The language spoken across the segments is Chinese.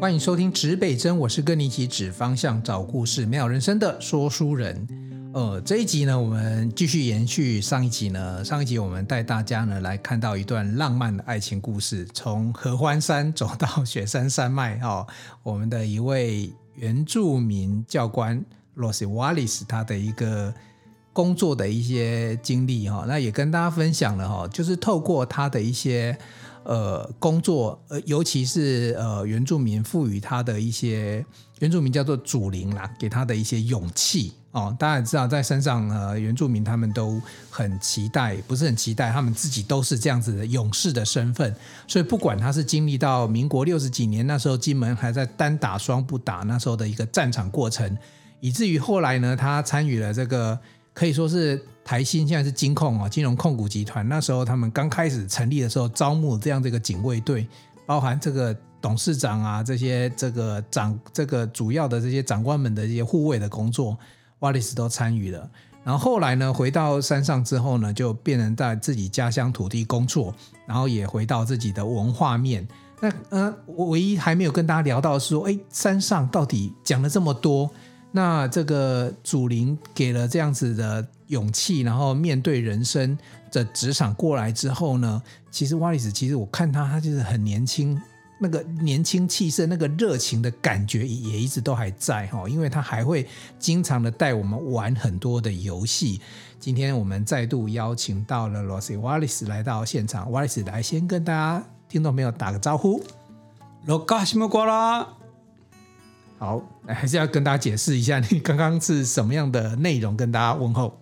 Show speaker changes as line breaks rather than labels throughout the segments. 欢迎收听指北针，我是跟你一起指方向、找故事、美好人生的说书人。呃，这一集呢，我们继续延续上一集呢。上一集我们带大家呢来看到一段浪漫的爱情故事，从合欢山走到雪山山脉哦。我们的一位原住民教官 Rosie Wallace 他的一个工作的一些经历哈、哦，那也跟大家分享了哈、哦，就是透过他的一些呃工作，呃，尤其是呃原住民赋予他的一些原住民叫做祖灵啦，给他的一些勇气。哦，大家也知道，在山上，呃，原住民他们都很期待，不是很期待，他们自己都是这样子的勇士的身份，所以不管他是经历到民国六十几年那时候，金门还在单打双不打那时候的一个战场过程，以至于后来呢，他参与了这个可以说是台新现在是金控哦，金融控股集团，那时候他们刚开始成立的时候，招募这样这个警卫队，包含这个。董事长啊，这些这个长这个主要的这些长官们的这些护卫的工作，瓦利斯都参与了。然后后来呢，回到山上之后呢，就变成在自己家乡土地工作，然后也回到自己的文化面。那呃，我唯一还没有跟大家聊到是说，哎，山上到底讲了这么多，那这个祖灵给了这样子的勇气，然后面对人生的职场过来之后呢，其实瓦利斯其实我看他，他就是很年轻。那个年轻气盛、那个热情的感觉也一直都还在哈，因为他还会经常的带我们玩很多的游戏。今天我们再度邀请到了 Rosie Wallace 来到现场，Wallace 来先跟大家听众朋友打个招呼。
罗嘎西莫瓜啦，
好， 还是要跟大家解释一下，你刚刚是什么样的内容跟大家问候？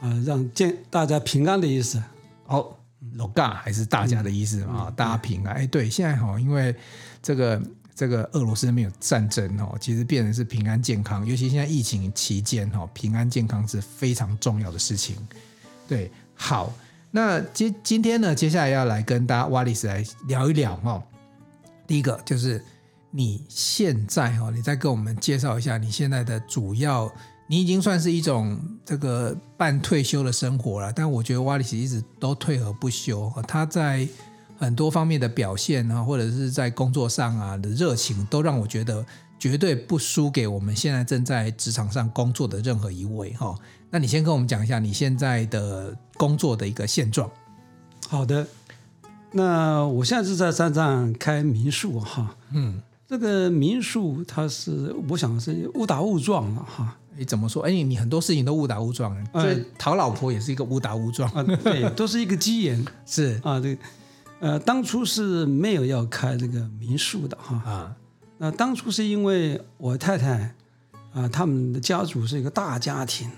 啊，让健大家平安的意思。
好。老大还是大家的意思嘛、嗯，大家平安。哎，对，现在哈，因为这个这个俄罗斯没有战争哦，其实变成是平安健康，尤其现在疫情期间哈，平安健康是非常重要的事情。对，好，那今今天呢，接下来要来跟大家瓦里斯来聊一聊哈。第一个就是你现在哈，你再跟我们介绍一下你现在的主要。你已经算是一种这个半退休的生活了，但我觉得瓦里奇一直都退而不休，哦他在很多方面的表现啊，或者是在工作上啊的热情，都让我觉得绝对不输给我们现在正在职场上工作的任何一位哈。那你先跟我们讲一下你现在的工作的一个现状。
好的，那我现在是在山上开民宿哈，嗯，这个民宿它是我想是误打误撞了哈。
你怎么说？哎，你很多事情都误打误撞，这、嗯、讨老婆也是一个误打误撞
啊，对，都是一个机缘，
是
啊，对，呃，当初是没有要开这个民宿的哈啊，那、呃、当初是因为我太太啊、呃，他们的家族是一个大家庭啊、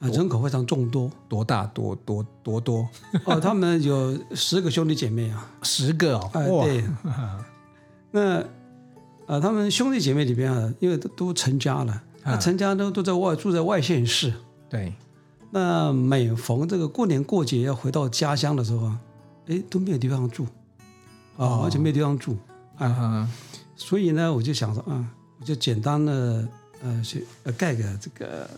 呃，人口非常众多，
多大多多多多
哦，他们有十个兄弟姐妹啊，
十个哦，
啊对， 那啊，他们兄弟姐妹里边啊，因为都成家了。
啊
那陈家都都在外住在外县市，
对。
那每逢这个过年过节要回到家乡的时候啊，哎都没有地方住，啊、哦，而且没有地方住啊、嗯，所以呢，我就想着啊，我就简单的呃去呃盖个这个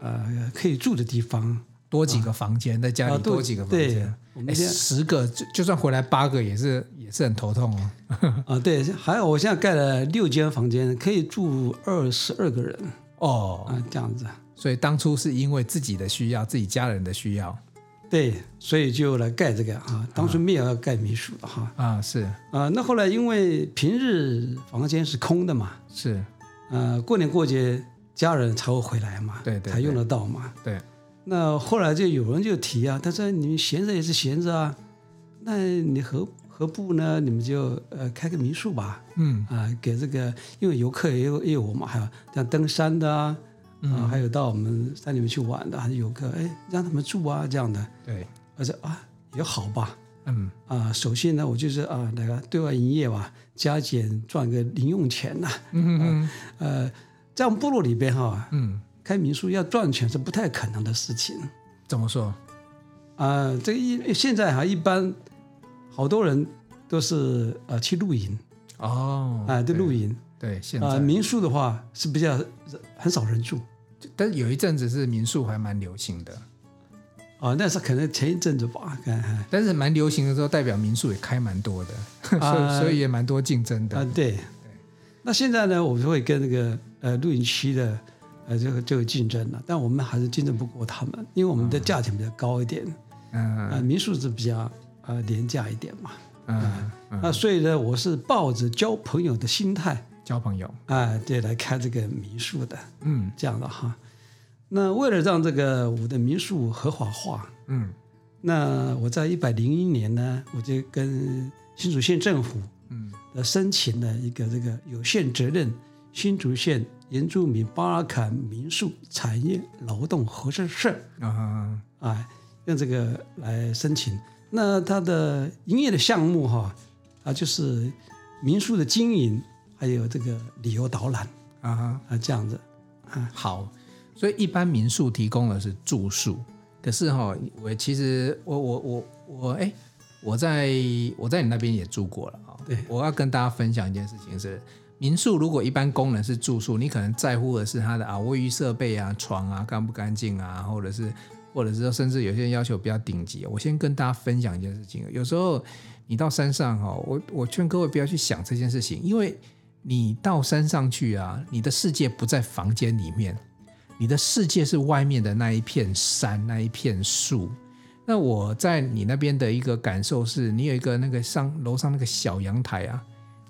呃可以住的地方，
多几个房间、啊、在家里多几个房间，啊、
对我们
十个就就算回来八个也是也是很头痛
哦。啊，对，还有我现在盖了六间房间，可以住二十二个人。
哦，
啊，这样子，
所以当初是因为自己的需要，自己家人的需要，
对，所以就来盖这个啊。当初没有要盖民宿的哈，
啊是
啊，那后来因为平日房间是空的嘛，
是，
呃，过年过节家人才会回来嘛，
对,对对，
才用得到嘛，
对。
那后来就有人就提啊，他说你们闲着也是闲着啊，那你何何不呢？你们就呃开个民宿吧，
嗯
啊、呃，给这个，因为游客也有也有我们，还有像登山的啊，啊、嗯呃，还有到我们山里面去玩的，还有游客，哎，让他们住啊这样的。
对，
而且啊也好吧，
嗯
啊、呃，首先呢，我就是啊那个对外营业吧，加减赚个零用钱呐、啊，
嗯嗯
呃，在我们部落里边哈，
嗯，
开民宿要赚钱是不太可能的事情。
怎么说？
啊，这个一现在哈一般。好多人都是呃去露营
哦，
啊、呃，对露营，啊
对，现在、呃、
民宿的话是比较很少人住，
但是有一阵子是民宿还蛮流行的，
哦，那是可能前一阵子吧，
但 是蛮流行的时候，代表民宿也开蛮多的，所、呃、以所以也蛮多竞争的
啊，对，那现在呢，我们会跟那个呃露营区的呃这个这个竞争了，但我们还是竞争不过他们，因为我们的价钱比较高一点，
嗯
呃，民宿是比较呃廉价一点嘛。
嗯嗯，
那所以呢，我是抱着交朋友的心态，
交朋友，
哎，对，来开这个民宿的，
嗯
这样的哈。那为了让这个我的民宿合法化，
嗯
那我在一百零一年呢，我就跟新竹县政府
嗯
呃申请了一个这个有限责任新竹县原住民巴拉坎民宿产业劳动合作社，
啊
啊，用这个来申请。那它的营业的项目哈、啊，就是民宿的经营，还有这个旅游导览
啊哈。
啊，这样子。
好，所以一般民宿提供的是住宿，可是哈、我其实我我我我哎、我在我在你那边也住过了啊、
对
我要跟大家分享一件事情是，民宿如果一般功能是住宿，你可能在乎的是它的啊卫浴设备啊、床啊干不干净啊，或者是或者是说甚至有些人要求比较顶级。我先跟大家分享一件事情，有时候你到山上哈、我我劝各位不要去想这件事情，因为你到山上去啊，你的世界不在房间里面，你的世界是外面的那一片山、那一片树。那我在你那边的一个感受是，你有一个那个上楼上那个小阳台啊，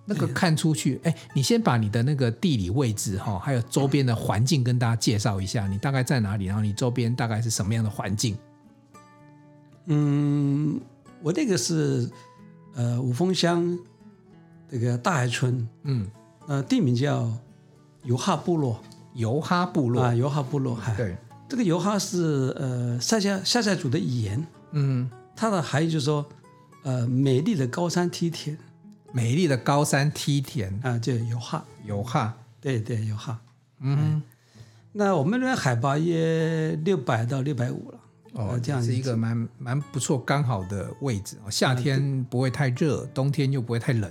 那个看出去，哎，你先把你的那个地理位置哈、还有周边的环境跟大家介绍一下，你大概在哪里，然后你周边大概是什么样的环境？
嗯，我那个是呃五峰乡这个大海村，
嗯，
呃地名叫尤哈部落
尤哈部落，
啊，尤哈部落。哎、
对，
这个尤哈是呃塞夏夏夏族的语言，
嗯，
它的含义就是说呃美丽的高山梯田
美丽的高山梯田，
啊，叫尤哈。
尤哈，
对对，尤哈。
嗯，
那我们那边海拔约六百到六百五了。
哦
呃，这样呃
是
子
一个蛮蛮不错刚好的位置哦，夏天不会太热，冬天又不会太冷。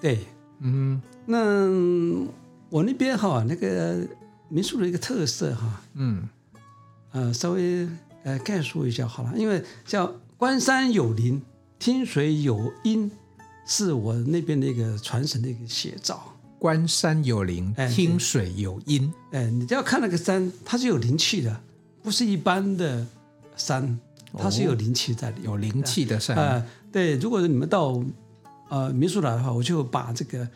对，
嗯
那我那边哈，那个民宿的一个特色哈，
嗯
呃，稍微呃概述一下好了，因为叫观山有林，听水有音，是我那边的一个传神的一个写照。，
观山有灵，
哎
听水有音。
哎，你只要看那个山，它是有灵气的，不是一般的山，它是有灵气在里面的。
有灵气的山，
呃，对，如果你们到呃民宿来的话，我就把这个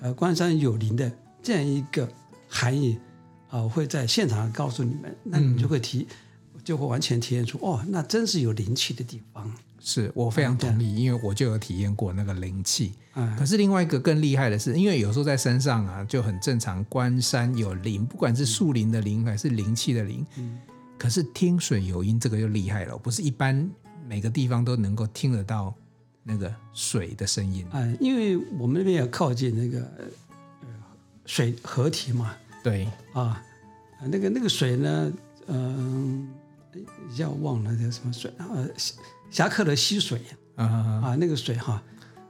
呃关山有灵的这样一个含义啊、我会在现场告诉你们，那你们就会体、就会完全体验出哦，那真是有灵气的地方
是我非
哎
常同意，因为我就有体验过那个灵气。
啊、
可是另外一个更厉害的是，因为有时候在山上啊，就很正常，观山有灵，不
嗯
管是树林的灵还是灵气的灵。可是听水有音，这个就厉害了，不是一般每个地方都能够听得到那个水的声音。
啊、因为我们那边也靠近那个呃水河堤嘛
对，
啊、啊那个那个水呢，嗯、呃，一下忘了叫什么水啊，呃峡峡克的溪水。
啊、
啊，那个水哈，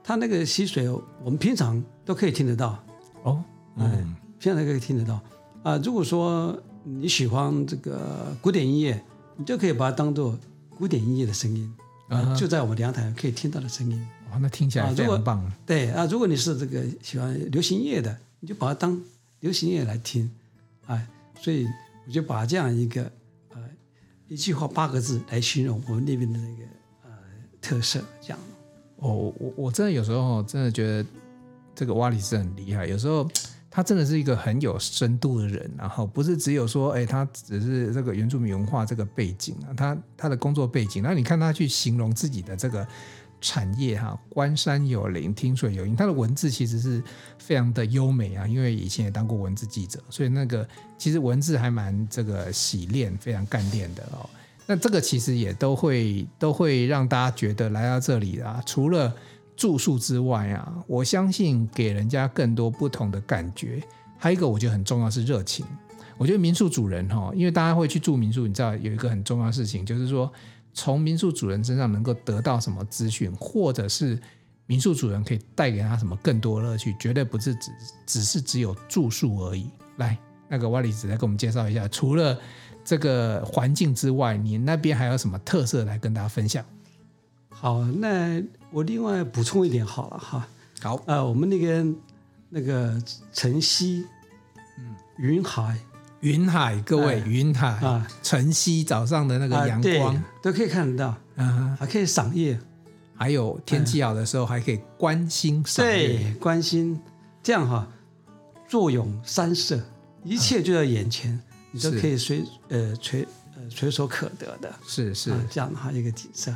它那个溪水，我们平常都可以听得到，哎
哦，嗯
平常都可以听得到啊。如果说你喜欢这个古典音乐，你就可以把它当做古典音乐的声音
嗯
啊，
哼
就在我们阳台可以听到的声音。
哇，哦那听起来
啊
非
如果
常棒。
对啊，如果你是这个喜欢流行乐的，你就把它当流行乐来听啊。所以我就把这样一个呃一句话八个字来形容我们那边的那个呃特色，这样。
哦，我我我真的有时候真的觉得这个瓦里是很厉害，有时候他真的是一个很有深度的人，然后不是只有说，哎，他只是这个原住民文化这个背景啊，他他的工作背景，然啊后你看他去形容自己的这个产业哈、观山有灵，听水有音，他的文字其实是非常的优美啊，因为以前也当过文字记者，所以那个其实文字还蛮这个洗练，非常干练的哦。那这个其实也都会都会让大家觉得来到这里啊，除了住宿之外啊，我相信给人家更多不同的感觉。还有一个我觉得很重要是热情。我觉得民宿主人哈、因为大家会去住民宿，你知道有一个很重要的事情，就是说从民宿主人身上能够得到什么资讯，或者是民宿主人可以带给他什么更多乐趣，绝对不是只只是只有住宿而已。来，那个瓦里子来给我们介绍一下，除了这个环境之外，你那边还有什么特色来跟大家分享？
好，那我另外补充一点好了哈。
好，
呃，我们那个那个晨曦，嗯，云海
云海，各位，
哎
云海，
啊，
晨曦早上的那个
啊
阳
对
光，
都可以看得到，
啊，
还可以赏夜，
还有天气好的时候还可以观星赏月，
对，关心这样哈，坐拥山色，一切就在眼前，你都
是
可以随呃随呃随手可得的，
是是，
啊、这样的哈一个景色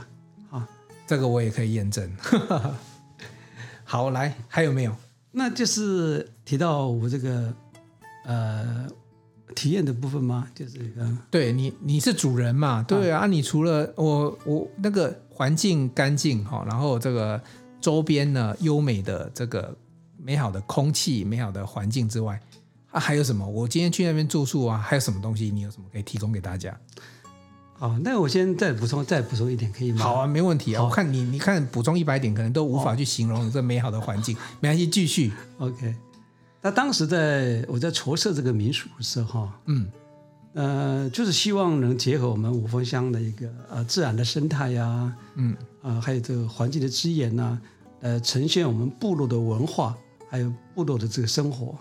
啊。
这个我也可以验 证。好，来，还有没有？
那就是提到我这个呃体验的部分吗？就是一个
对你，你是主人嘛？对啊，啊你除了我，我那个环境干净哈，然后这个周边呢优美的这个美好的空气、美好的环境之外，啊，还有什么？我今天去那边住宿啊，还有什么东西？你有什么可以提供给大家？
好，哦那我先再补充再补充一点可以吗？
好啊，没问题啊。我看你，你看补充一百点，可能都无法去形容这美好的环境。没关系，继续。
，OK。那当时在我在筹设这个民宿的时候哈，
嗯，
呃，就是希望能结合我们五峰乡的一个呃自然的生态呀、
嗯，
啊，还有这个环境的资源呐、呃，呈现我们部落的文化，还有部落的这个生活，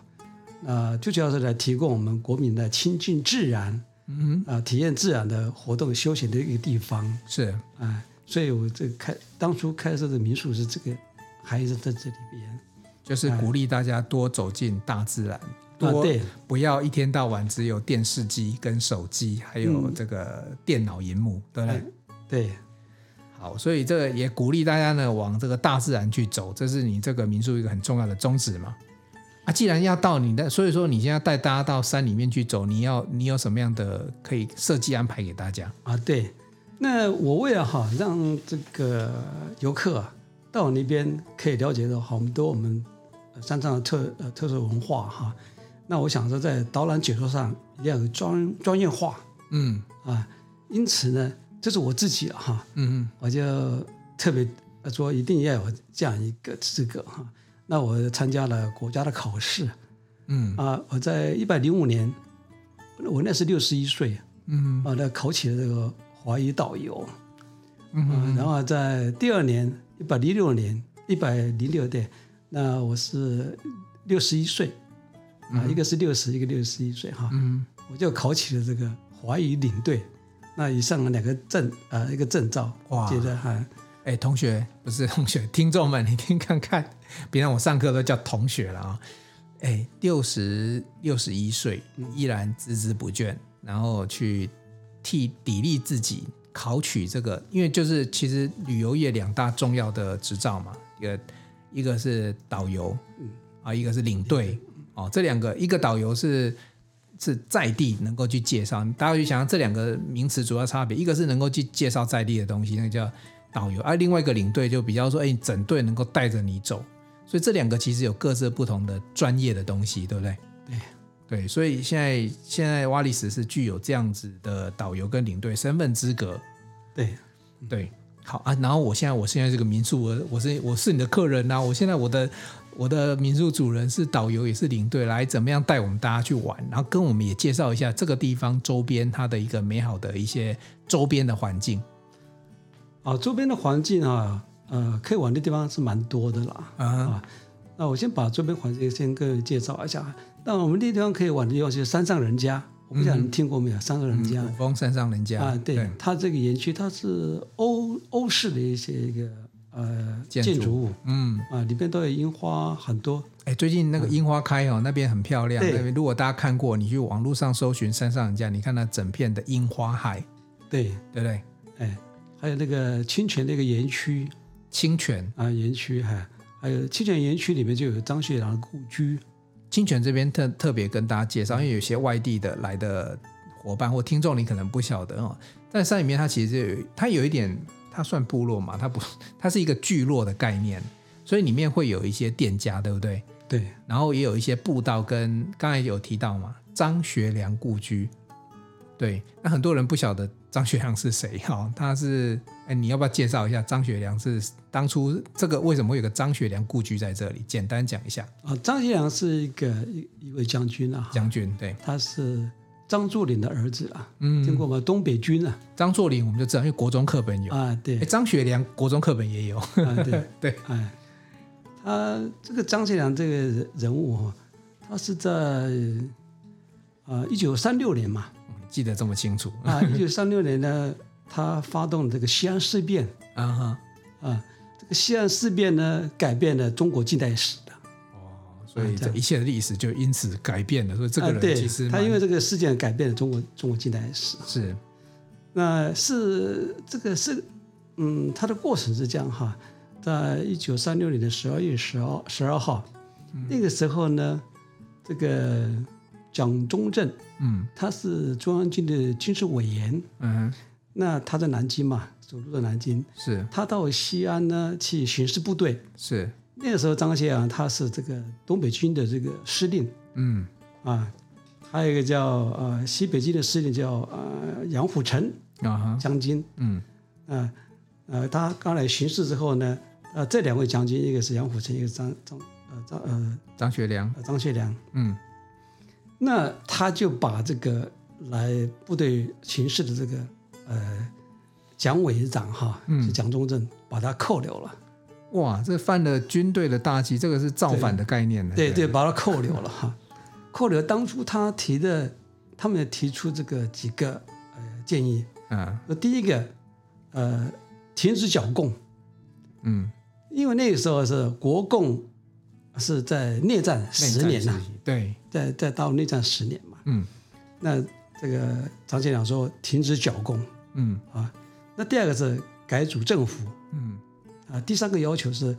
啊、最主要是来提供我们国民的亲近自然，嗯，啊、体验自然的活动休闲的一个地方，
是
啊、所以我这个开当初开设的民宿是这个，还是在这里边，
就是鼓励大家多走进大自然，
啊
多、
对
不要一天到晚只有电视机跟手机，还有这个电脑荧幕，对不对？
哎对，
好，所以这个也鼓励大家呢往这个大自然去走，这是你这个民宿一个很重要的宗旨嘛。啊，既然要到你的，所以说你现在带大家到山里面去走，你要你有什么样的可以设计安排给大家？
啊，对。那我为了哈让这个游客啊到我那边可以了解到好多我们呃山上的特呃特色文化哈，那我想说在导览解说上一定要有专专业化
嗯
啊。因此呢，这是我自己啊哈，
嗯
我就特别呃说一定要有这样一个资格哈。那我参加了国家的考试
嗯
啊，我在一百零五年，我那时六十一岁啊，
嗯
啊，那考起了这个华语导游。
嗯
啊，然后在第二年，一百零六年，一百零六对，那我是六十一岁，啊，一个是六十，一个六十一岁哈，
嗯
我就考起了这个华语领队，那以上的两个证啊、一个证照，
哇
觉得还
哎，同学不是 同学，听众们，你听看看，别让我上课都叫同学了啊、哎，六十六十一岁，依然孜孜不倦，然后去替砥砺自己考取这个，因为就是其实旅游业两大重要的执照嘛，一个一个是导游，啊，一个是领队，哦，这两个一个导游是是在地能够去介绍，大家就想这两个名词主要差别，一个是能够去介绍在地的东西，那个叫导游，而、啊另外一个领队就比较说，哎，整队能够带着你走，所以这两个其实有各自不同的专业的东西，对不对？对对，所以现在现在瓦利斯是具有这样子的导游跟领队身份资格，
对
对，好啊。然后我现在我现在这个民宿，我我是我是你的客人呐、啊我现在我的我的民宿主人是导游，也是领队，来怎么样带我们大家去玩，然后跟我们也介绍一下这个地方周边它的一个美好的一些周边的环境。
啊，周边的环境啊，呃，可以玩的地方是蛮多的啦。
啊
啊，那我先把周边环境先跟你介绍一下。那我们那地方可以玩的地方就是山上人家，我不晓得你听过没有？山上人家
嗯，五嗯峰山上人家
啊，对，它这个园区它是欧欧式的一些一个呃
建
建
筑
筑物
嗯，
啊，里面都有樱花很多
哎，最近那个樱花开哦，那边很漂亮。
嗯对
那边如果大家看过，你去网络上搜寻山上人家，你看那整片的樱花海，
对，
对不对？
哎，还有那个清泉那个园区
清泉，
啊，园区还还有清泉园区里面就有张学良的故居，
清泉这边特特别跟大家介绍，因为有些外地的来的伙伴或听众，你可能不晓得哦。但山里面它其实就有它有一点，它算部落嘛，它不，它是一个聚落的概念，所以里面会有一些店家，对不对？
对
然后也有一些步道跟刚才有提到嘛，张学良故居。对，那很多人不晓得张学良是谁 哈、哦，他是哎，你要不要介绍一下张学良是当初这个为什么会有个张学良故居在这里？简单讲一下，
啊，张学良是一个一一位将军啊，
将军对，
他是张作霖的儿子啊，听
嗯，
过吗？东北军啊，
张作霖我们就知道，因为国中课本有，
啊对
哎，张学良国中课本也有，
啊对
对，
哎，他他这个张学良这个人人物哈、他是在啊一九三六年嘛，
记得这么清楚，
啊，一九三六年呢，他发动了这个西安事变
啊哈，
啊，这个西安事变呢，改变了中国近代史的。
哦所以这一切的历史就因此改变了。所以这个
啊
人
对
其实
他
蛮
因为这个事件改变了中国中国近代史。
是
那是这个是，嗯，他的过程是这样哈，在一九三六年的十二月十二十二号，那个时候呢，这个蒋中正
嗯
他是中央军的军事委员，
嗯
那他在南京嘛，首都在南京，
是
他到西安呢去巡视部队。
是
那个时候，张学良他是这个东北军的这个司令
嗯
啊，还有一个叫呃西北军的司令叫呃杨虎城
啊哈
将军
嗯
啊，呃，他刚来巡视之后呢，呃，这两位将军，一个是杨虎城，一个是张张呃张呃
张学良
呃张学良，
嗯
那他就把这个来部队巡视的这个呃蒋委员长哈，是蒋中正，把他扣留了。
哇，这犯了军队的大忌，这个是造反的概念呢。
对对，把他扣留了哈。扣留当初他提的，他们提出这个几个呃建议。
啊
那第一个，呃，停止剿共，
嗯，
因为那个时候是国共是在内战十年
内
呐、
战时期对
在在到内战十年嘛。
嗯
那这个张学良说停止剿共
嗯
啊。那第二个是改组政府
嗯
啊。第三个要求是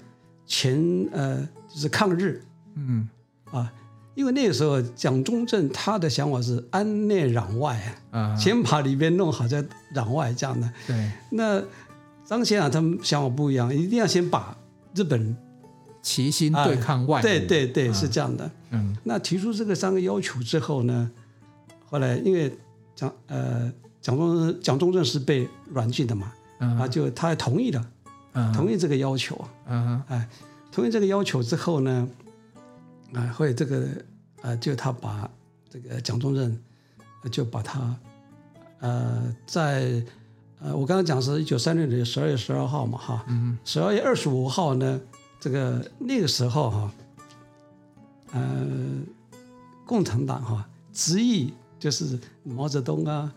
前呃就是抗日，
嗯
啊，因为那个时候蒋中正他的想法是安内攘外
啊
啊，先把里边弄好再攘外这样的。
对
那张学良他们想法不一样，一定要先把日本
齐心对抗外侮
啊对对对，是这样的。
嗯
那提出这个三个要求之后呢，后来因为蒋呃蒋中正蒋中正是被软禁的嘛，
嗯
啊就他同意了，
嗯
同意这个要求啊。
嗯
哎，同意这个要求之后呢，啊，会这个呃，就他把这个蒋中正呃就把他呃在呃，我刚刚讲是一九三六年十二月十二号嘛哈，十二月二十五号呢，这个那个时候哈，呃，共产党哈执意就是毛泽东啊、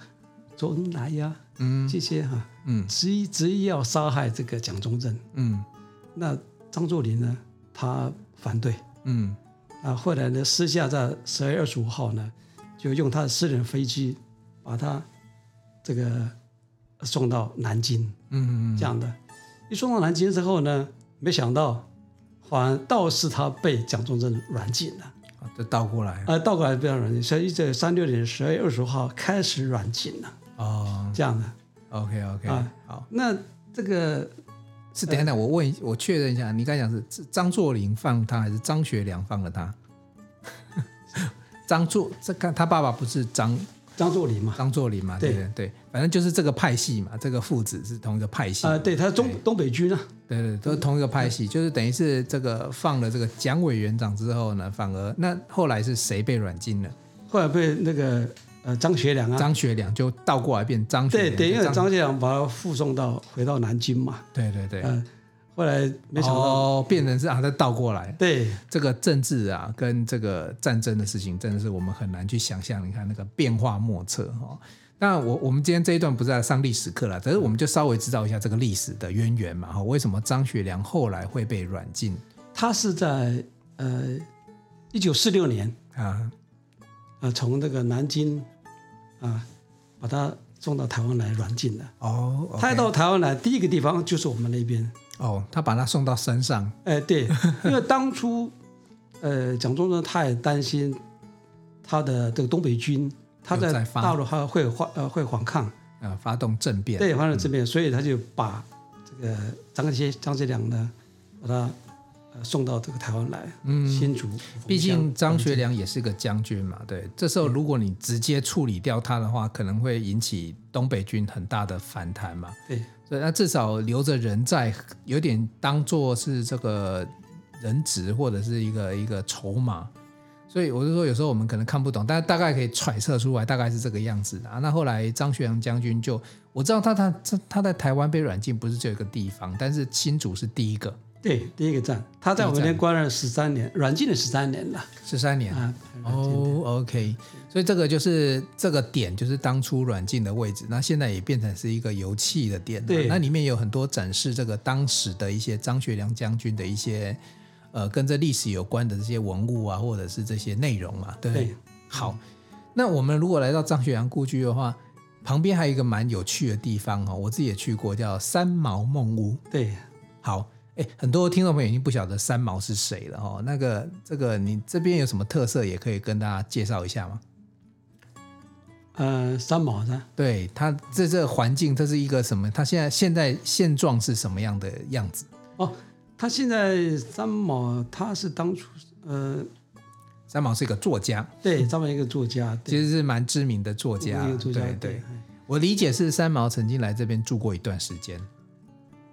周恩来呀、
嗯
这些哈、
嗯
执意执意要杀害这个蒋中正。
嗯
那张作霖呢，他反对
嗯
啊。后来呢，私下在十二月二十五号呢，就用他的私人飞机把他这个送到南京
嗯
这样的。一送到南京之后呢，没想到反倒是他被蒋中正软禁了，
嗯，这倒过来
啊，倒过来被他软禁，所以在三六年十二月二十五号开始软禁了，
哦
这样的。
，OK OK，
啊
好。
那这个
是等一下等一下，我问一，我确认一下，你刚才讲是是张作霖放他，还是张学良放了他？ 张作，这看他爸爸不是张
张作霖嘛，
张作霖嘛？对
对
对对，反正就是这个派系嘛，这个父子是同一个派系，
啊、对，他是东东北军啊，
对对，都是同一个派系，就是等于是这个放了这个蒋委员长之后呢，反而那后来是谁被软禁了？
后来被那个呃张学良啊，
张学良就倒过来变张学
对
良，
对，因为
就
张学良把他护送到回到南京嘛，
对对对，
嗯、后来没想到，
哦，变成是啊，再倒过来，
对
这个政治啊，跟这个战争的事情，真的是我们很难去想象。你看那个变化莫测哦。那我我们今天这一段不是在上历史课了，只是我们就稍微知道一下这个历史的渊源嘛。哦哈，为什么张学良后来会被软禁
他是在呃一九四六年
啊？
啊、呃从那个南京啊、把他送到台湾来软禁的。
哦，OK，
他一到台湾来，第一个地方就是我们那边，
哦，他把他送到山上，
哎、 对，因为当初呃蒋中正他也担心他的这个东北军。他
有
在
在发
大陆还会反呃会反抗，
呃，发动政变。
对，反正这边，所以他就把这个张学张学良呢，把他呃送到这个台湾来，嗯，新竹。
毕
冯
竟
乡
张学良也是个将军嘛，对。这时候如果你直接处理掉他的话，可能会引起东北军很大的反弹嘛。
对
对，那至少留着人在，有点当做是这个人质或者是一个一个筹码。所以我就说，有时候我们可能看不懂，但大概可以揣测出来，大概是这个样子的啊。那后来张学良将军就，我知道他他他他在台湾被软禁，不是只有一个地方，但是新竹是第一个，
对，第一个站，他在我们那边关了十三年，软禁了十三年了
十三年。
啊。
哦，OK，所以这个就是这个点，就是当初软禁的位置，那现在也变成是一个油气的点了。
对
那里面有很多展示这个当时的一些张学良将军的一些呃跟这历史有关的这些文物啊，或者是这些内容嘛，对不对？
对
好，那我们如果来到张学良故居的话，旁边还有一个蛮有趣的地方哦，我自己也去过，叫三毛梦屋。
对，
好，哎，很多听众朋友已经不晓得三毛是谁了哦。那个，这个你这边有什么特色，也可以跟大家介绍一下吗？
呃，三毛呢？
对他这这个环境，这是一个什么？他现在现在现状是什么样的样子？
哦，他现在三毛，他是当初呃，
三毛是一个作家，
对，这么一个作家，对
其实是蛮知名的作家。
一个作家，
对
对
对，，我理解是三毛曾经来这边住过一段时间。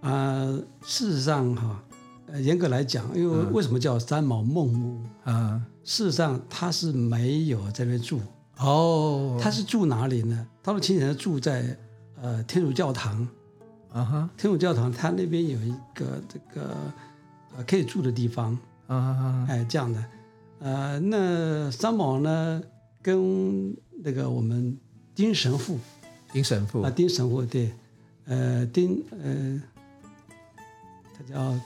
啊、事实上哈，呃，严格来讲，因为为什么叫三毛梦屋？
嗯，
事实上他是没有在那边住，
哦，
他是住哪里呢？他的亲人住在呃天主教堂，
啊哈，
天主教堂他那边有一个这个呃可以住的地方，
啊哈，
哎，这样的。呃，那三毛呢，跟那个我们丁神父
丁神父
啊，，丁神父对，呃，丁呃，他叫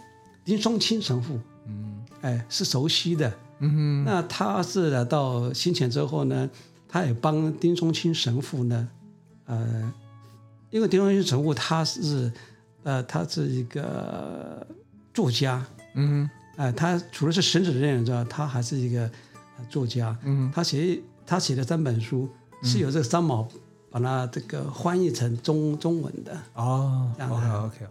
丁松青神父，嗯，哎，是熟悉的。
嗯
那他是来到新前之后呢，他也帮丁松青神父呢，呃，因为丁松青神父他是，呃，他是一个作家，
哼，嗯
哎、他除了是神职人员之外，他还是一个呃作家。
嗯，
他写他写的三本书是由这个三毛把它这个翻译成中中文的。
哼，哦
这样
，OK
的
OK OK。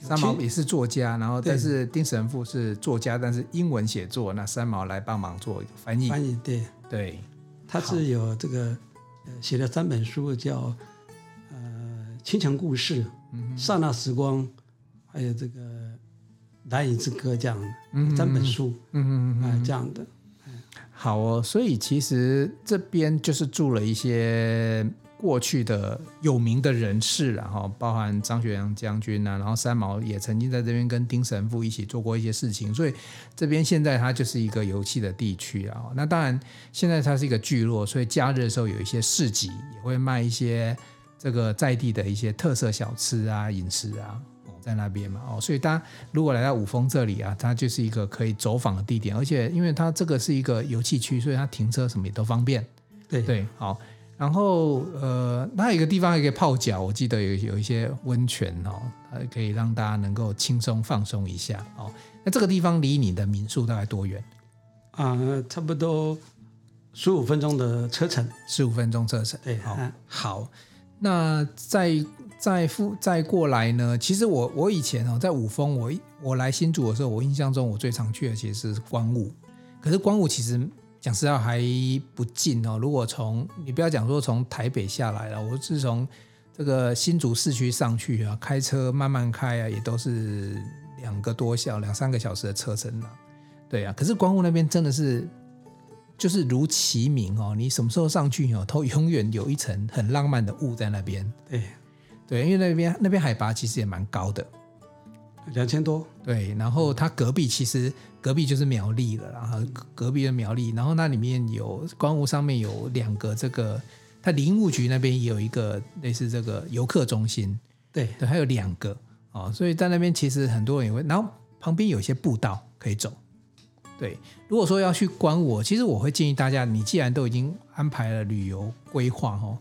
三毛也是作家，然后
对
但是丁神父是作家，但是英文写作，那三毛来帮忙做一个翻译。
翻译对，
对，
他是有这个呃写了三本书叫呃《倾城故事》、
嗯
《刹那时光》，还有这个《难以之歌》这样的、三本书
嗯嗯嗯，
啊、这样的。
好哦。所以其实这边就是住了一些过去的有名的人士啦，然后包含张学良将军啊，然后三毛也曾经在这边跟丁神父一起做过一些事情，所以这边现在它就是一个油气的地区啊。那当然，现在它是一个聚落，所以假日的时候有一些市集也会卖一些这个在地的一些特色小吃啊、饮食啊。哦在那边嘛，哦，所以大家如果来到五峰这里啊，它就是一个可以走访的地点，而且因为它这个是一个油气区，所以它停车什么也都方便。
对
对，好。然后呃，那有一个地方也可以泡脚，我记得有有一些温泉哦，它可以让大家能够轻松放松一下哦。那这个地方离你的民宿大概多远？
啊、差不多十五分钟的车程。
十五分钟车程。
对，
好、
啊
好，那再再复再过来呢？其实我我以前哦，在五峰，我一我来新竹的时候，我印象中我最常去的其实是光雾，可是光雾其实讲实话还不近哦。如果从你不要讲说从台北下来了，我是从这个新竹市区上去啊，开车慢慢开啊，也都是两个多小两三个小时的车程了、对啊，可是光雾那边真的是就是如其名哦，你什么时候上去哦，都永远有一层很浪漫的雾在那边。
对，
对，因为那边那边海拔其实也蛮高的。
两千多。
对，然后它隔壁其实隔壁就是苗栗了啦，然后隔壁的苗栗，然后那里面有光雾上面有两个这个，它林务局那边也有一个类似这个游客中心，
对，
对，还有两个哦，所以在那边其实很多人也会，然后旁边有一些步道可以走。对，如果说要去观我，其实我会建议大家，你既然都已经安排了旅游规划哦，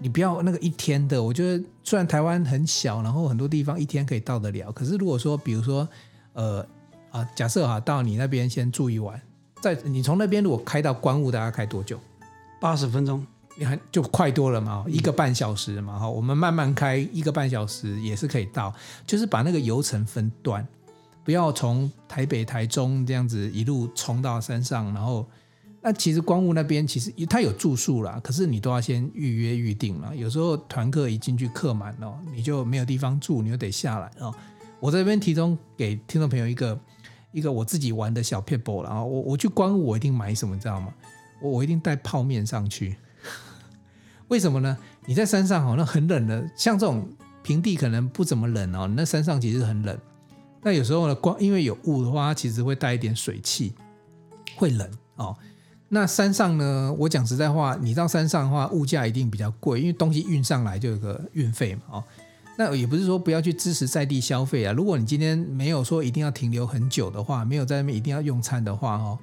你不要那个一天的。我觉得虽然台湾很小，然后很多地方一天可以到得了，可是如果说比如说呃啊，假设啊到你那边先住一晚，在你从那边如果开到关雾，大概开多久？
八十分钟。
你看就快多了嘛，一个半小时嘛，哈，我们慢慢开一个半小时也是可以到，就是把那个游程分段，不要从台北、台中这样子一路冲到山上，然后那其实光雾那边其实它有住宿啦，可是你都要先预约预定了，有时候团客一进去客满哦，你就没有地方住，你就得下来哦。我这边提供给听众朋友一个一个我自己玩的小 p e b b l 然后我我去光雾我一定买什么，你知道吗？我我一定带泡面上去。为什么呢？你在山上哦，那很冷的，像这种平地可能不怎么冷哦，那山上其实很冷。那有时候呢，光因为有雾的话，它其实会带一点水汽，会冷哦。那山上呢，我讲实在话，你到山上的话，物价一定比较贵，因为东西运上来就有个运费嘛哦。那也不是说不要去支持在地消费啊。如果你今天没有说一定要停留很久的话，没有在那边一定要用餐的话哦，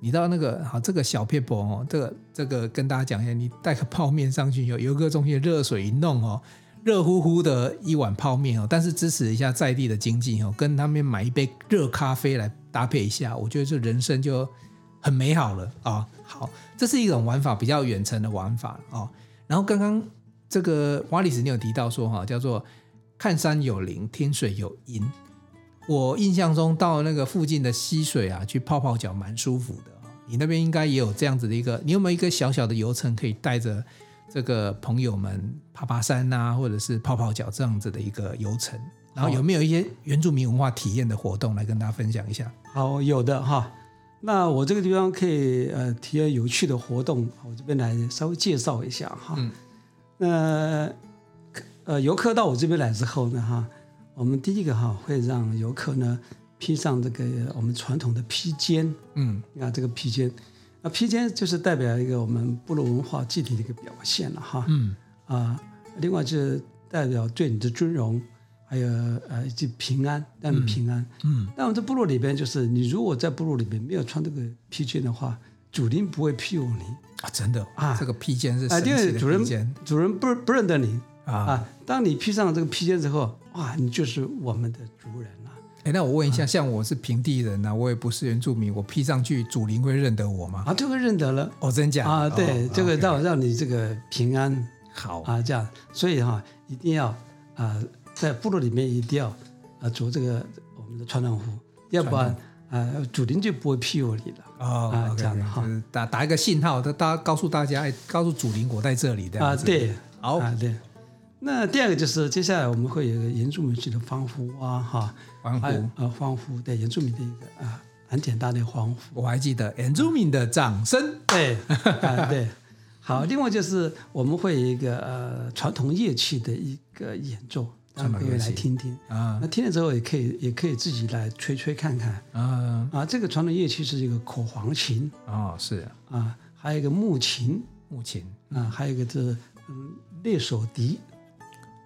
你到那个好这个小撇博哦，这个这个跟大家讲一下，你带个泡面上去，有游客中心的热水一弄哦，热乎乎的一碗泡面哦，但是支持一下在地的经济哦，跟他们买一杯热咖啡来搭配一下，我觉得这人生就很美好了啊、好，这是一种玩法，比较远程的玩法啊、然后刚刚这个瓦里斯你有提到说哈、叫做看山有灵，听水有音。我印象中到那个附近的溪水啊，去泡泡脚蛮舒服的、哦。你那边应该也有这样子的一个，你有没有一个小小的游程可以带着这个朋友们爬爬山啊，或者是泡泡脚这样子的一个游程？然后有没有一些原住民文化体验的活动来跟大家分享一下？
好，有的哈。那我这个地方可以呃提些有趣的活动，我这边来稍微介绍一下哈。
嗯
那呃游客到我这边来之后呢哈，我们第一个哈会让游客呢披上这个呃我们传统的披肩，
嗯
啊这个披肩，那披肩就是代表一个我们部落文化具体的一个表现了哈。
嗯
啊，另外就是代表对你的尊荣，还有呃以及平安，让你平安。
嗯
那我们在部落里边，就是你如果在部落里边没有穿这个披肩的话，主人不会庇护你，
啊，真的
啊
这个披肩是
啊
神
因为
奇
主
的
人
披肩
主人不不认得你
啊。
啊。当你披上这个披肩之后，哇，你就是我们的族人了。
哎，那我问一下，像我是平地人呐、我也不是原住民，我披上去，祖灵会认得我吗？
啊，这个认得了
哦，真假的
啊，对，
哦
这个
OK
让让你这个平安
好
啊，这样，所以哈、一定要啊、在部落里面一定要啊、着这个我们的传统服，要不然啊，主人就不会庇护你了。
哦
啊
OK，
这样的哈
就是打打一个信号，他大家告诉大家，哎，告诉祖灵我在这里这
啊，
样子。，
对，
好
啊，对。那第二个就是接下来我们会有一个原住民区的欢呼啊，哈，
欢
还有
呼，
呃欢呼，对原住民的一个啊很简单的欢 呼，
我还记得原住民的掌声。
对，啊对。好，另外就是我们会有一个呃传统乐器的一个演奏，让
传统
各
乐器
位来听听。
啊
那听了之后也可以也可以自己来吹吹看看
啊
啊。这个传统乐器是一个口簧琴
哦，是
啊，还有一个木琴
木琴
啊，还有一个就是嗯猎手笛，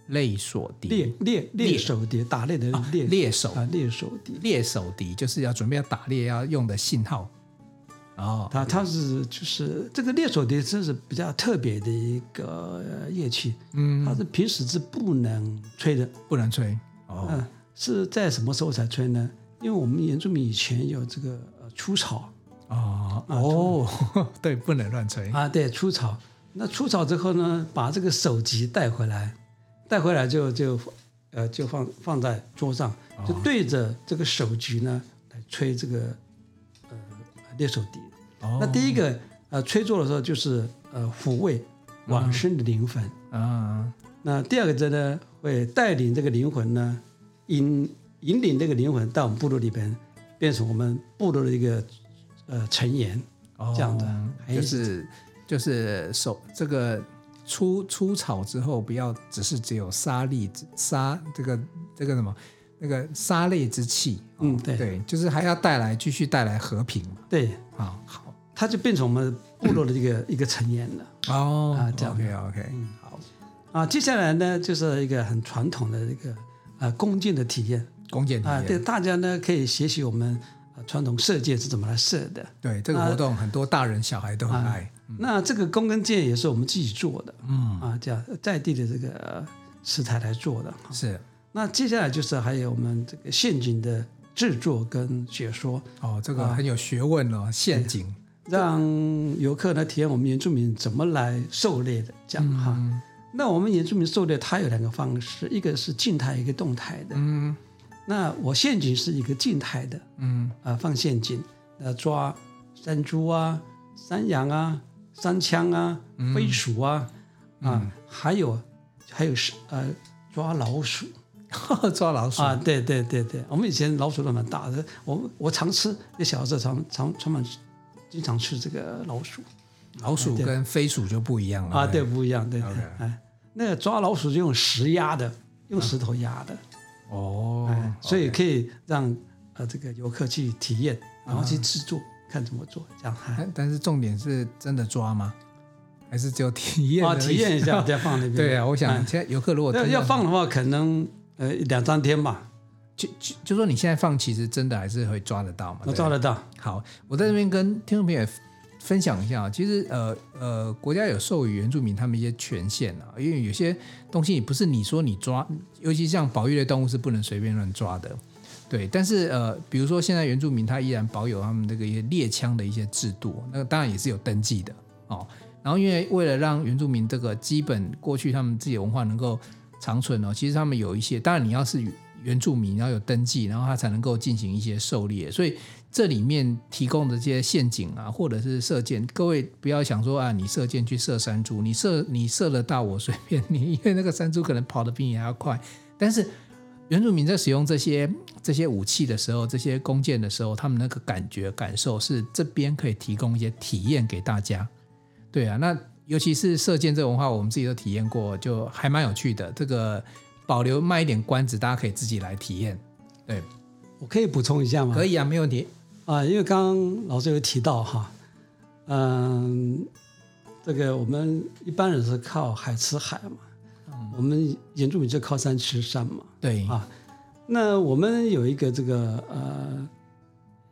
猎手
猎
笛，
猎猎手笛，打猎的猎
猎手
啊，猎手笛，
猎手笛就是要准备要打猎要用的信号。哦，
啊它它是就是这个猎手笛，真是比较特别的一个呃乐器，
嗯，
它是平时是不能吹的，
不能吹。哦，
嗯，是在什么时候才吹呢？因为我们原住民以前有这个呃除草
哦哦， 对，不能乱吹。
啊，对，除草，那除草之后呢，把这个手笛带回来，带回来就就呃就放放在桌上，
哦
就对着这个手笛呢来吹这个呃猎手笛。
哦，
那第一个呃吹奏的时候就是呃抚慰
嗯
往生的灵魂，
啊，
那第二个真呢会带领这个灵魂呢引引领这个灵魂到我们部落里边，变成我们部落的一个呃成员。
哦
这样的哎还
就是是就是手这个出出草之后，不要只是只有沙粒沙这个这个什么那个沙类之气，哦
嗯对
对，就是还要带来继续带来和平嘛，
对，
啊好
它就变成我们部落的一个一个成员了。
哦
啊这样
OK OK 好
啊，接下来呢，就是一个很传统的一个呃弓箭的体验
弓箭体
啊，对
验，
大家呢可以学习我们呃传统射箭是怎么来射的。
对
啊
这个活动很多大人小孩都很爱，
那这个弓跟箭也是我们自己做的，嗯啊，这样在地的这个呃食材来做的。
是
那接下来就是还有我们这个陷阱的制作跟解说，
哦这个
啊
很有学问哦，陷阱
让游客呢体验我们原住民怎么来狩猎的，这样哈。
嗯
那我们原住民狩猎，它有两个方式，一个是静态，一个动态的。
嗯
那我陷阱是一个静态的，
嗯
啊、放陷阱，呃，抓山猪啊、山羊啊、山枪啊、
嗯
飞鼠啊，啊，还有还有是呃抓老鼠，
抓老鼠
啊，对对对对，我们以前老鼠都蛮大的，我我常吃，那小时候常常常常经常吃这个老鼠
老鼠跟飞鼠就不一样了
啊，对，不一样，对对
OK，
哎，那个抓老鼠就用石压的，用石头压的
哦
哎，所以可以让呃这个游客去体验，
啊
然后去制作，看怎么做，这样哎
但但是重点是真的抓吗？还是只有体验
啊
而已
体验一下再放那 边。
对啊，我想
哎
现在游客如果
要
真的
要放的话，可能呃两三天吧，
就就就说你现在放，其实真的还是会抓得到嘛。
能
对
抓得到。
好，我在这边跟听众朋友分享一下啊，其实呃呃，国家有授予原住民他们一些权限啊，因为有些东西也不是你说你抓，尤其像保育类动物是不能随便乱抓的。对，但是呃，比如说现在原住民他依然保有他们这个一些猎枪的一些制度，那个当然也是有登记的哦。然后因为为了让原住民这个基本过去他们自己的文化能够长存哦，其实他们有一些，当然你要是原住民，然后有登记，然后他才能够进行一些狩猎，所以这里面提供的这些陷阱啊，或者是射箭，各位不要想说啊，你射箭去射山猪，你射你射得到我随便 你，因为那个山猪可能跑得比你还要快。但是原住民在使用这些这些武器的时候，这些弓箭的时候，他们那个感觉感受是这边可以提供一些体验给大家。对啊，那尤其是射箭这个文化，我们自己都体验过，就还蛮有趣的。这个保留卖一点关子，大家可以自己来体验。对，
我可以补充一下吗？
可以啊，没问题。
啊，因为刚刚老师有提到哈，嗯，这个我们一般人是靠海吃海嘛，我们原住民就靠山吃山嘛。
对，
啊那我们有一个这个呃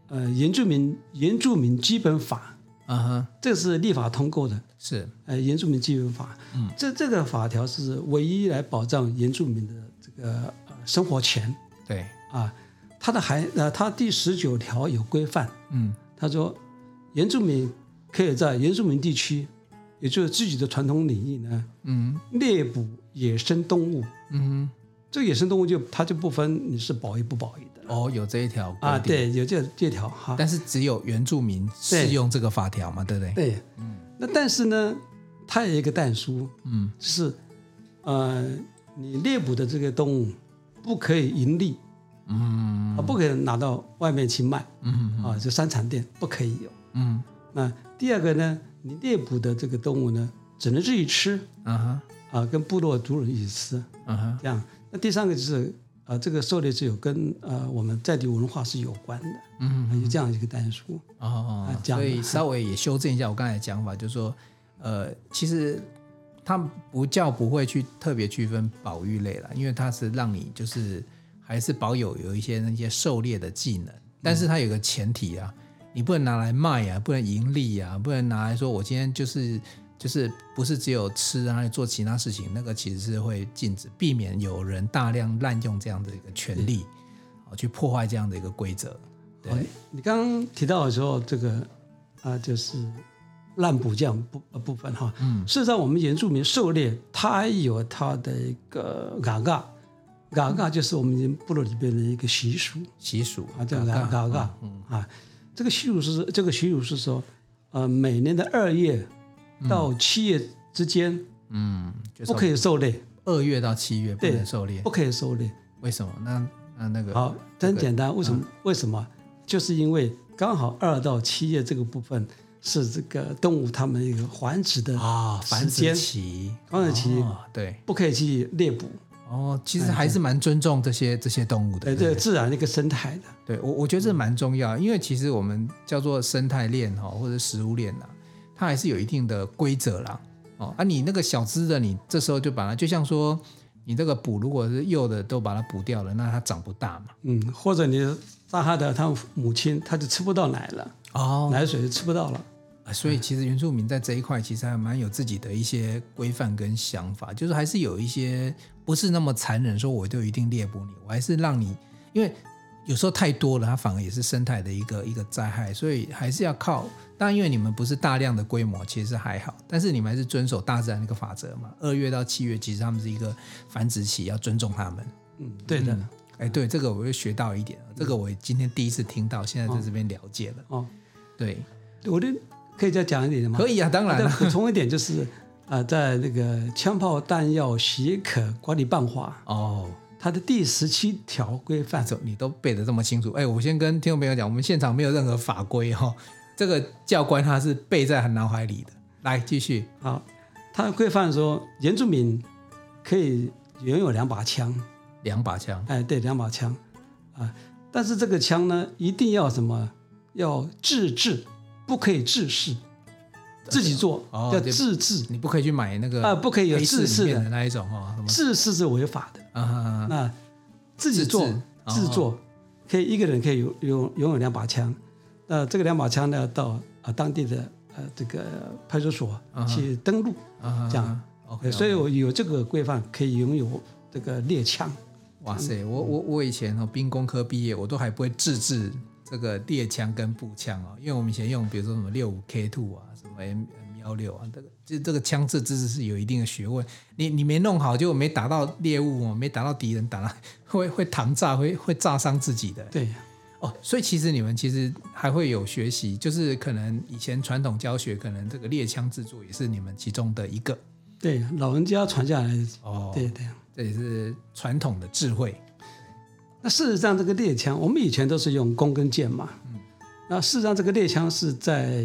呃原住民原住民基本法，
嗯哼，
这是立法通过的，
是，
呃原住民基本法，嗯，这这个法条是唯一来保障原住民的这个呃生活权
对，
啊，它的还呃它第十九条有规范。
嗯，
他说，原住民可以在原住民地区，也就是自己的传统领域呢，
嗯，
猎捕野生动物。
嗯
这野生动物就它就不分你是保育不保育的
哼，哦，有这一条规定
啊，，对，有这这条哈。
但是只有原住民适用这个法条嘛，对不对？
对，那但是呢，它有一个但书，
嗯，
就是呃，你猎捕的这个动物不可以盈利
嗯
啊，不可以拿到外面去卖
嗯
啊，就商场店不可以有。
嗯
那第二个呢，你猎捕的这个动物呢，只能自己吃，
嗯哼
啊，跟部落族人一起吃，
嗯哼，
这样。那第三个就是啊，这个狩猎是有跟呃我们在地文化是有关的，啊
嗯，
有这样一个单数。
哦
啊，这样
所以稍微也修正一下我刚才的讲法，就是说，呃，其实他们不叫不会去特别区分保育类了，因为它是让你就是还是保有有一些那些狩猎的技
嗯
能，但是它有个前提啊，你不能拿来卖啊，不能盈利啊，不能拿来说我今天就是就是不是只有吃啊，还有做其他事情，那个其实是会禁止，避免有人大量滥用这样的一个权利，
嗯
啊，去破坏这样的一个规则。对
好，哦你刚刚提到的时候，这个啊就是滥捕这样部呃部分哈，嗯，事实上我们原住民狩猎，它有它的一个嘎嘎，嘎嘎就是我们部落里边的一个习俗
习俗
啊，叫嘎嘎嘎，
嗯
啊，这个习俗是这个习俗是说，呃，每年的二月到七月之间。
嗯，就是
不可以狩猎，
二月到七月不
对
能狩猎，
不可以狩猎。
为什么？那那那个
好，很简单，为什
嗯
么？为什么？就是因为刚好二到七月这个部分是这个动物它们一个繁殖的
啊，
时
繁殖
间
期，
繁殖期
哦对，
不可以去猎捕，
哦，其实还是蛮尊重这些这些动物的。
哎对
对
这个自然的一个生态的。
对我我觉得这蛮重要，因为其实我们叫做生态链哈、哦，或者食物链呐、它还是有一定的规则啦。哦，啊，你那个小只的，你这时候就把它，就像说你这个补，如果是幼的都把它补掉了，那它长不大嘛。
嗯，或者你杀它的它母亲，它就吃不到奶了，
哦，
奶水就吃不到了。
啊所以其实原住民在这一块其实还蛮有自己的一些规范跟想法，就是还是有一些不是那么残忍，说我就一定猎捕你，我还是让你，因为有时候太多了，它反而也是生态的一个一个灾害，所以还是要靠。当然，因为你们不是大量的规模，其实还好，但是你们还是遵守大自然的一个法则嘛。二月到七月，其实他们是一个繁殖期，要尊重他们。
嗯，对的。
哎，对，这个我又学到一点，这个我今天第一次听到，现在在这边了解了。
哦，
嗯对，
我的可以再讲一点吗？
可以啊，当然
再
了。
呃补充一点就是，啊、在那个枪炮弹药许可管理办法，
哦。
它的第十七条规范
走，你都背得啊这么清楚。哎，我先跟听众朋友讲，我们现场没有任何法规哈、哦，这个教官他是背在他脑海里的。来，继续。
啊好，它规范说，原住民可以拥有两把枪，
两把枪，
哎，对，两把枪，啊，但是这个枪呢，一定要什么？要自制，不可以自制，自己做，
哦
要
对
自制
你不可以去买那个
啊，不可以有
黑市
自
里
制
面
的
的，那一种哦，什么
自制是违法的。
啊哈哈哈
那自己做
自制哦
制作，可以一个人可以拥拥拥有两把枪。那这个两把枪呢，到啊当地的呃这个派出所去登录，
啊哈哈
这样
，OK，
所以我有这个规范可以拥有这个猎枪。
哇塞，我我我以前哦，兵工科毕业，我都还不会自制这个猎枪跟步枪哦，因为我们以前用比如说什么六五 K two 啊，什么 M M 幺六啊，这个这这个枪制自制是有一定的学问，你你没弄好，就没打到猎物哦，没打到敌人，打到 会会膛炸，会会炸伤自己的
对，
哦。所以其实你们其实还会有学习，就是可能以前传统教学，可能这个猎枪制作也是你们其中的一个
对，老人家传下来的，
哦，
对对。
这也是传统的智慧，
那事实上，这个猎枪我们以前都是用弓跟箭嘛。嗯。那事实上，这个猎枪是在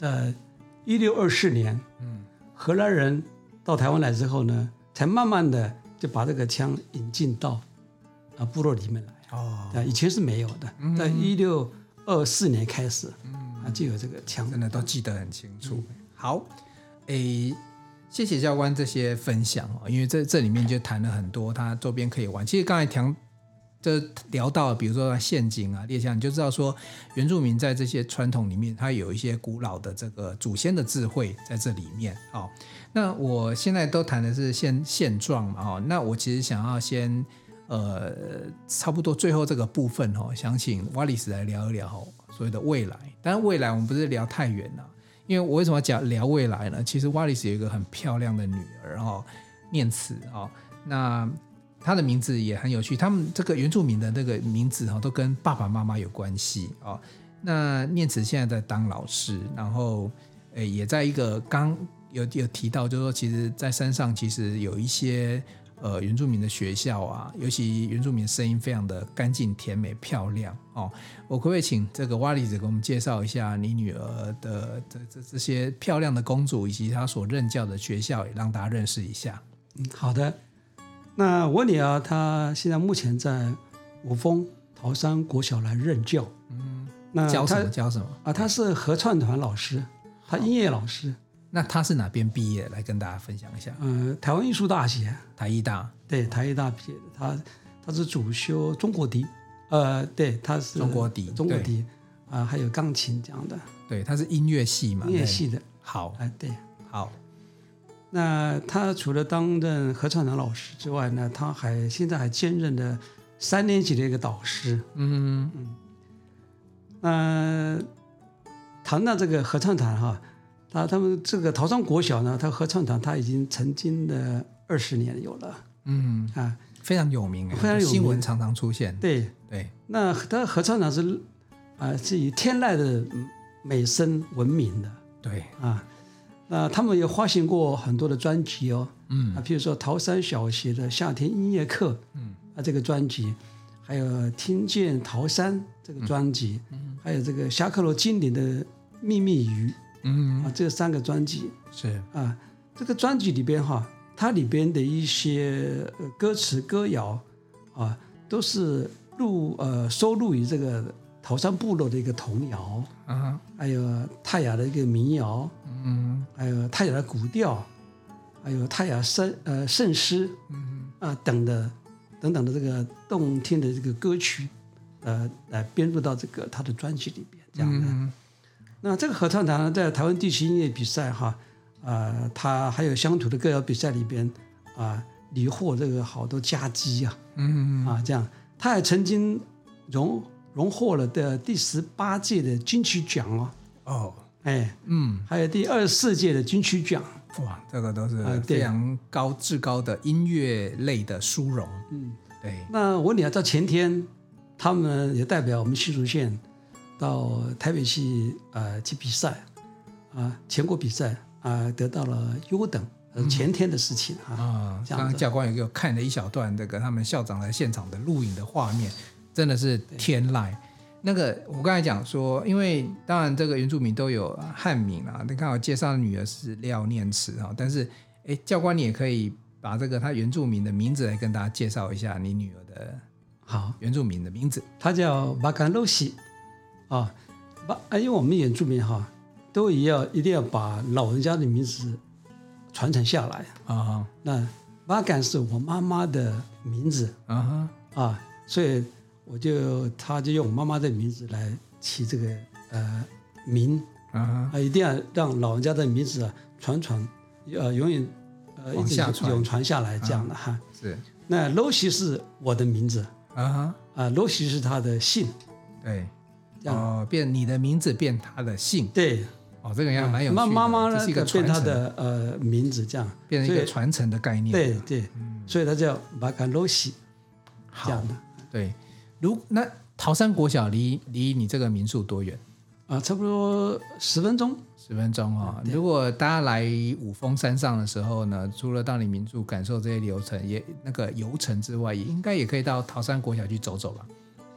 呃一六二四年，嗯，荷兰人到台湾来之后呢，才慢慢的就把这个枪引进到啊部落里面来。
哦，
啊，以前是没有的，
嗯
在一六二四年开始，啊就有这个枪。
真的都记得很清楚。好，诶，谢谢教官这些分享哦，因为这这里面就谈了很多他周边可以玩。其实刚才谈这聊到，比如说陷阱啊、猎枪，你就知道说原住民在这些传统里面，他有一些古老的这个祖先的智慧在这里面。哦，那我现在都谈的是现现状嘛，哦，那我其实想要先。呃，差不多最后这个部分哦，想请瓦里斯来聊一聊哦所谓的未来。当然，未来我们不是聊太远了，因为我为什么要讲聊未来呢？其实瓦里斯有一个很漂亮的女儿哦，念慈哦，那她的名字也很有趣。他们这个原住民的那个名字哈、哦，都跟爸爸妈妈有关系哦。那念慈现在在当老师，然后诶也在一个刚有有提到，就是说其实，在山上其实有一些呃原住民的学校啊，尤其原住民的声音非常的干净、甜美、漂亮哦。我可不可以请这个瓦里子给我们介绍一下你女儿的这这这些漂亮的公主，以及她所任教的学校，也让大家认识一下？
嗯好的，那我女儿她现在目前在五峰桃山国小来任教。嗯，那
教什
她
么教什么？
啊，他是合唱团老师，他音乐老师，
那她是哪边毕业？来跟大家分享一下。
呃，台湾艺术大学，
台艺大
对，台艺大毕业的，他他是主修中国笛，呃，对，他是
中国笛
中国
对
笛，啊、还有钢琴这样的
对，她是音乐系嘛？
音乐
对
系的，
好
啊、，对。
好，
那他除了担任合唱团老师之外呢，他还现在还兼任了三年级的一个导师。
嗯，
呃，谈到这个合唱团哈，他他们这个桃山国小呢，他合唱团他已经曾经的二十年有了，嗯啊，
非常有名，哎
非常有名
新闻常常出现。
对，
对，
那他合唱团是啊、是以天籁的嗯美声闻名的
对，
啊，那他们也发行过很多的专辑哦，
嗯
啊，譬如说桃山小学的夏天音乐课，嗯，啊这个专辑，还有听见桃山这个专辑，嗯，还有这个侠客罗精灵的秘密鱼
嗯，
啊，这三个专辑
是，
啊，这个专辑里边哈，它里边的一些呃歌词歌谣啊，都是录呃收录于这个桃山部落的一个童谣，
啊哈，
还有泰雅的一个民谣，
嗯，
还有泰雅的古调，还有泰雅圣呃圣诗，嗯啊等的等等的这个动听的这个歌曲，呃来编入到这个他的专辑里边这样的。
嗯
那这个合唱团呢，在台湾地区音乐比赛哈，呃，他还有乡土的歌谣比赛里边啊、屡获这个好多佳绩啊
嗯，
啊这样，他还曾经荣荣获了的第十八届的金曲奖哦，
哦，
哎，
嗯，
还有第二十四届的金曲奖。
哇，这个都是
啊对
非常高、至高的音乐类的殊荣。
嗯，
对，
那我女儿到前天，他们也代表我们新竹县到台北去呃去比赛啊、全国比赛啊、得到了优等，呃前天的事情啊。
啊、
这样子
刚刚教官有给我看了一小段这个他们校长在现场的录影的画面，真的是天籁。那个我刚才讲说，因为当然这个原住民都有汉名啊，你看我介绍的女儿是廖念慈啊，但是哎，教官你也可以把这个他原住民的名字来跟大家介绍一下，你女儿的
好，
原住民的名字。
他叫巴干露西啊，巴，啊因为我们原住民哈，都也要一定要把老人家的名字传承下来。
啊
那巴干是我妈妈的名字
哈啊哈
啊，所以我就他就用我妈妈的名字来起这个呃名
啊哈
啊，一定要让老人家的名字啊传传呃永远呃一
往
直
下传
永传下来这样的哈。
是
那 Losi 是我的名字
啊哈
啊，Losi 是他的姓，
对
这样
哦变你的名字变他的姓
对，
哦，这个样蛮有趣
嗯妈
的。
妈妈
这
呢
是一个传
变他
承，
的呃名字这样，
变成一个
所
传承的概
以
念。
对对，所以他叫 b a g a l o s i 这
好
样的
对，如那桃山国小离离你这个民宿多远？
啊，差不多十分钟
十分钟哦。
嗯
如果大家来五峰山上的时候呢，除了到你民宿感受这些流程，也那个游程之外，也应该也可以到桃山国小去走走吧。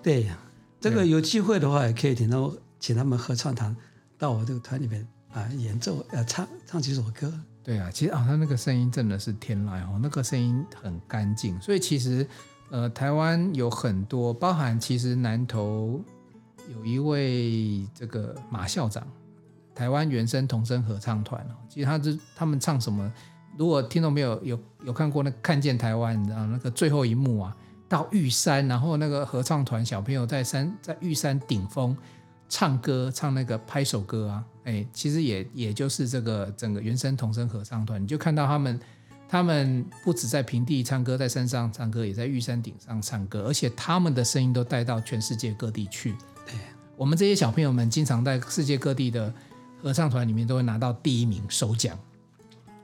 对呀，这个有机会的话也可以请到请他们合唱团到我这个团里面啊演奏呃唱唱几首歌，
对啊，其实啊，他那个声音真的是天籁哦，那个声音很干净，所以其实呃，台湾有很多，包含其实南投有一位这个马校长，台湾原声童声合唱团哦，其实他这他们唱什么，如果听众朋友有有看过那个《看见台湾》，你知道那个最后一幕啊，到玉山，然后那个合唱团小朋友在山在玉山顶峰唱歌，唱那个拍手歌啊，哎，其实也也就是这个整个原声童声合唱团，你就看到他们，他们不止在平地唱歌，在山上唱歌，也在玉山顶上唱歌，而且他们的声音都带到全世界各地去。
对，
我们这些小朋友们经常在世界各地的合唱团里面都会拿到第一名首奖，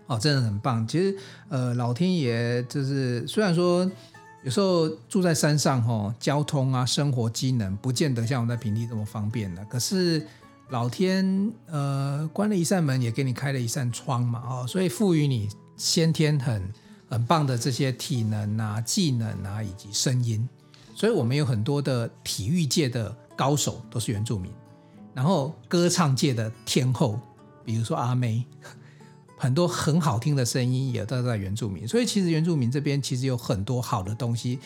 哦，真的很棒。其实，呃，老天爷就是虽然说有时候住在山上哦，交通啊、生活机能不见得像我们在平地这么方便的，可是老天呃关了一扇门，也给你开了一扇窗嘛，哦，所以赋予你先天很很棒的这些体能啊、技能啊以及声音。所以我们有很多的体育界的高手都是原住民，然后歌唱界的天后，比如说阿妹，很多很好听的声音也都在原住民。所以其实原住民这边其实有很多好的东西，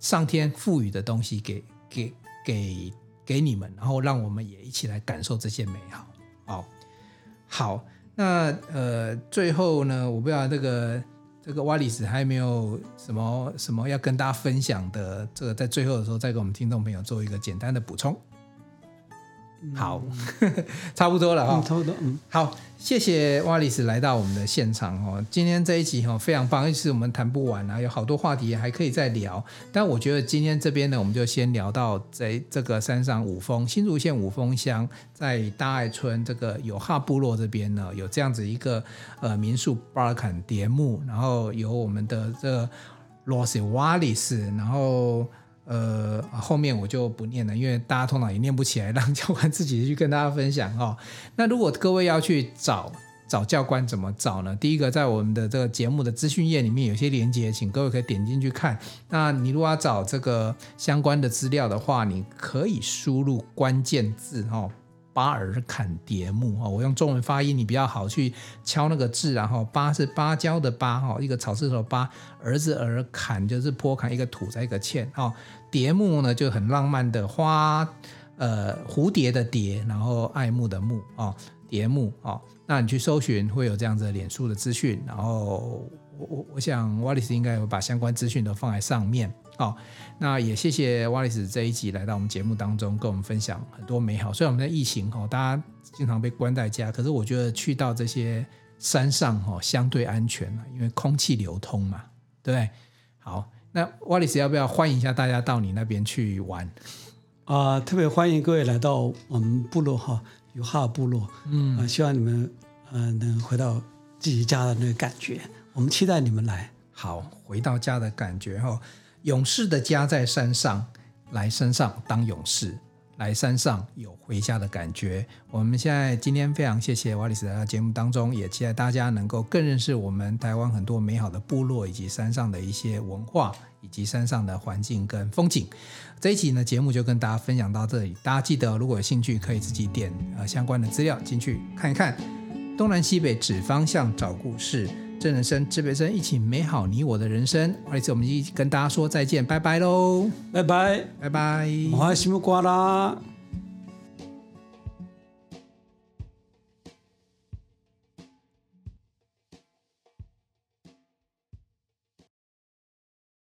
上天赋予的东西给给给给你们，然后让我们也一起来感受这些美好。哦，好，那呃，最后呢，我不知道这个这个瓦里斯还有没有什么什么要跟大家分享的，这个在最后的时候再给我们听众朋友做一个简单的补充。好， 差不多了哈、
嗯，差不多嗯，
好，谢谢瓦里斯来到我们的现场哦。今天这一集哦非常棒，其实我们谈不完啊，有好多话题还可以再聊。但我觉得今天这边呢，我们就先聊到这这个山上五峰新竹县五峰乡，在大爱村这个有哈部落这边呢，有这样子一个呃民宿巴尔坎蝶木，然后有我们的这个罗西瓦里斯，然后。呃，后面我就不念了，因为大家通常也念不起来，让教官自己去跟大家分享哦。那如果各位要去找找教官怎么找呢？第一个，在我们的这个节目的资讯页里面有些连接，请各位可以点进去看。那你如果要找这个相关的资料的话，你可以输入关键字哦。巴尔坎蝶木哦，我用中文发音，你比较好去敲那个字，然后巴是芭蕉的芭哦，一个草字头芭，儿子儿坎就是坡坎，一个土在一个欠哦，蝶木呢就很浪漫的花，呃，蝴蝶的蝶，然后爱慕的慕哦，蝶幕哦，那你去搜寻会有这样子的脸书的资讯，然后我我我想 Wallace 应该有把相关资讯都放在上面哦。那也谢谢 Wallace 这一集来到我们节目当中，跟我们分享很多美好。虽然我们在疫情哦，大家经常被关在家，可是我觉得去到这些山上哦，相对安全了，因为空气流通嘛，对不对？好，那 Wallace 要不要欢迎一下大家到你那边去玩？
啊，特别欢迎各位来到我们部落哈，有哈部落，嗯，啊，希望你们呃能回到自己家的那个感觉，我们期待你们来。
好，回到家的感觉哦。勇士的家在山上，来山上当勇士，来山上有回家的感觉。我们现在今天非常谢谢瓦里斯来到节目当中，也期待大家能够更认识我们台湾很多美好的部落以及山上的一些文化。以及山上的环境跟风景，这一集呢节目就跟大家分享到这里。大家记得哦，如果有兴趣，可以自己点呃相关的资料进去看一看。东南西北指方向找故事，真人生、自别生，一起美好你我的人生。这次我们一起跟大家说再见，拜拜喽，
拜拜，
拜拜。
我还西木瓜啦。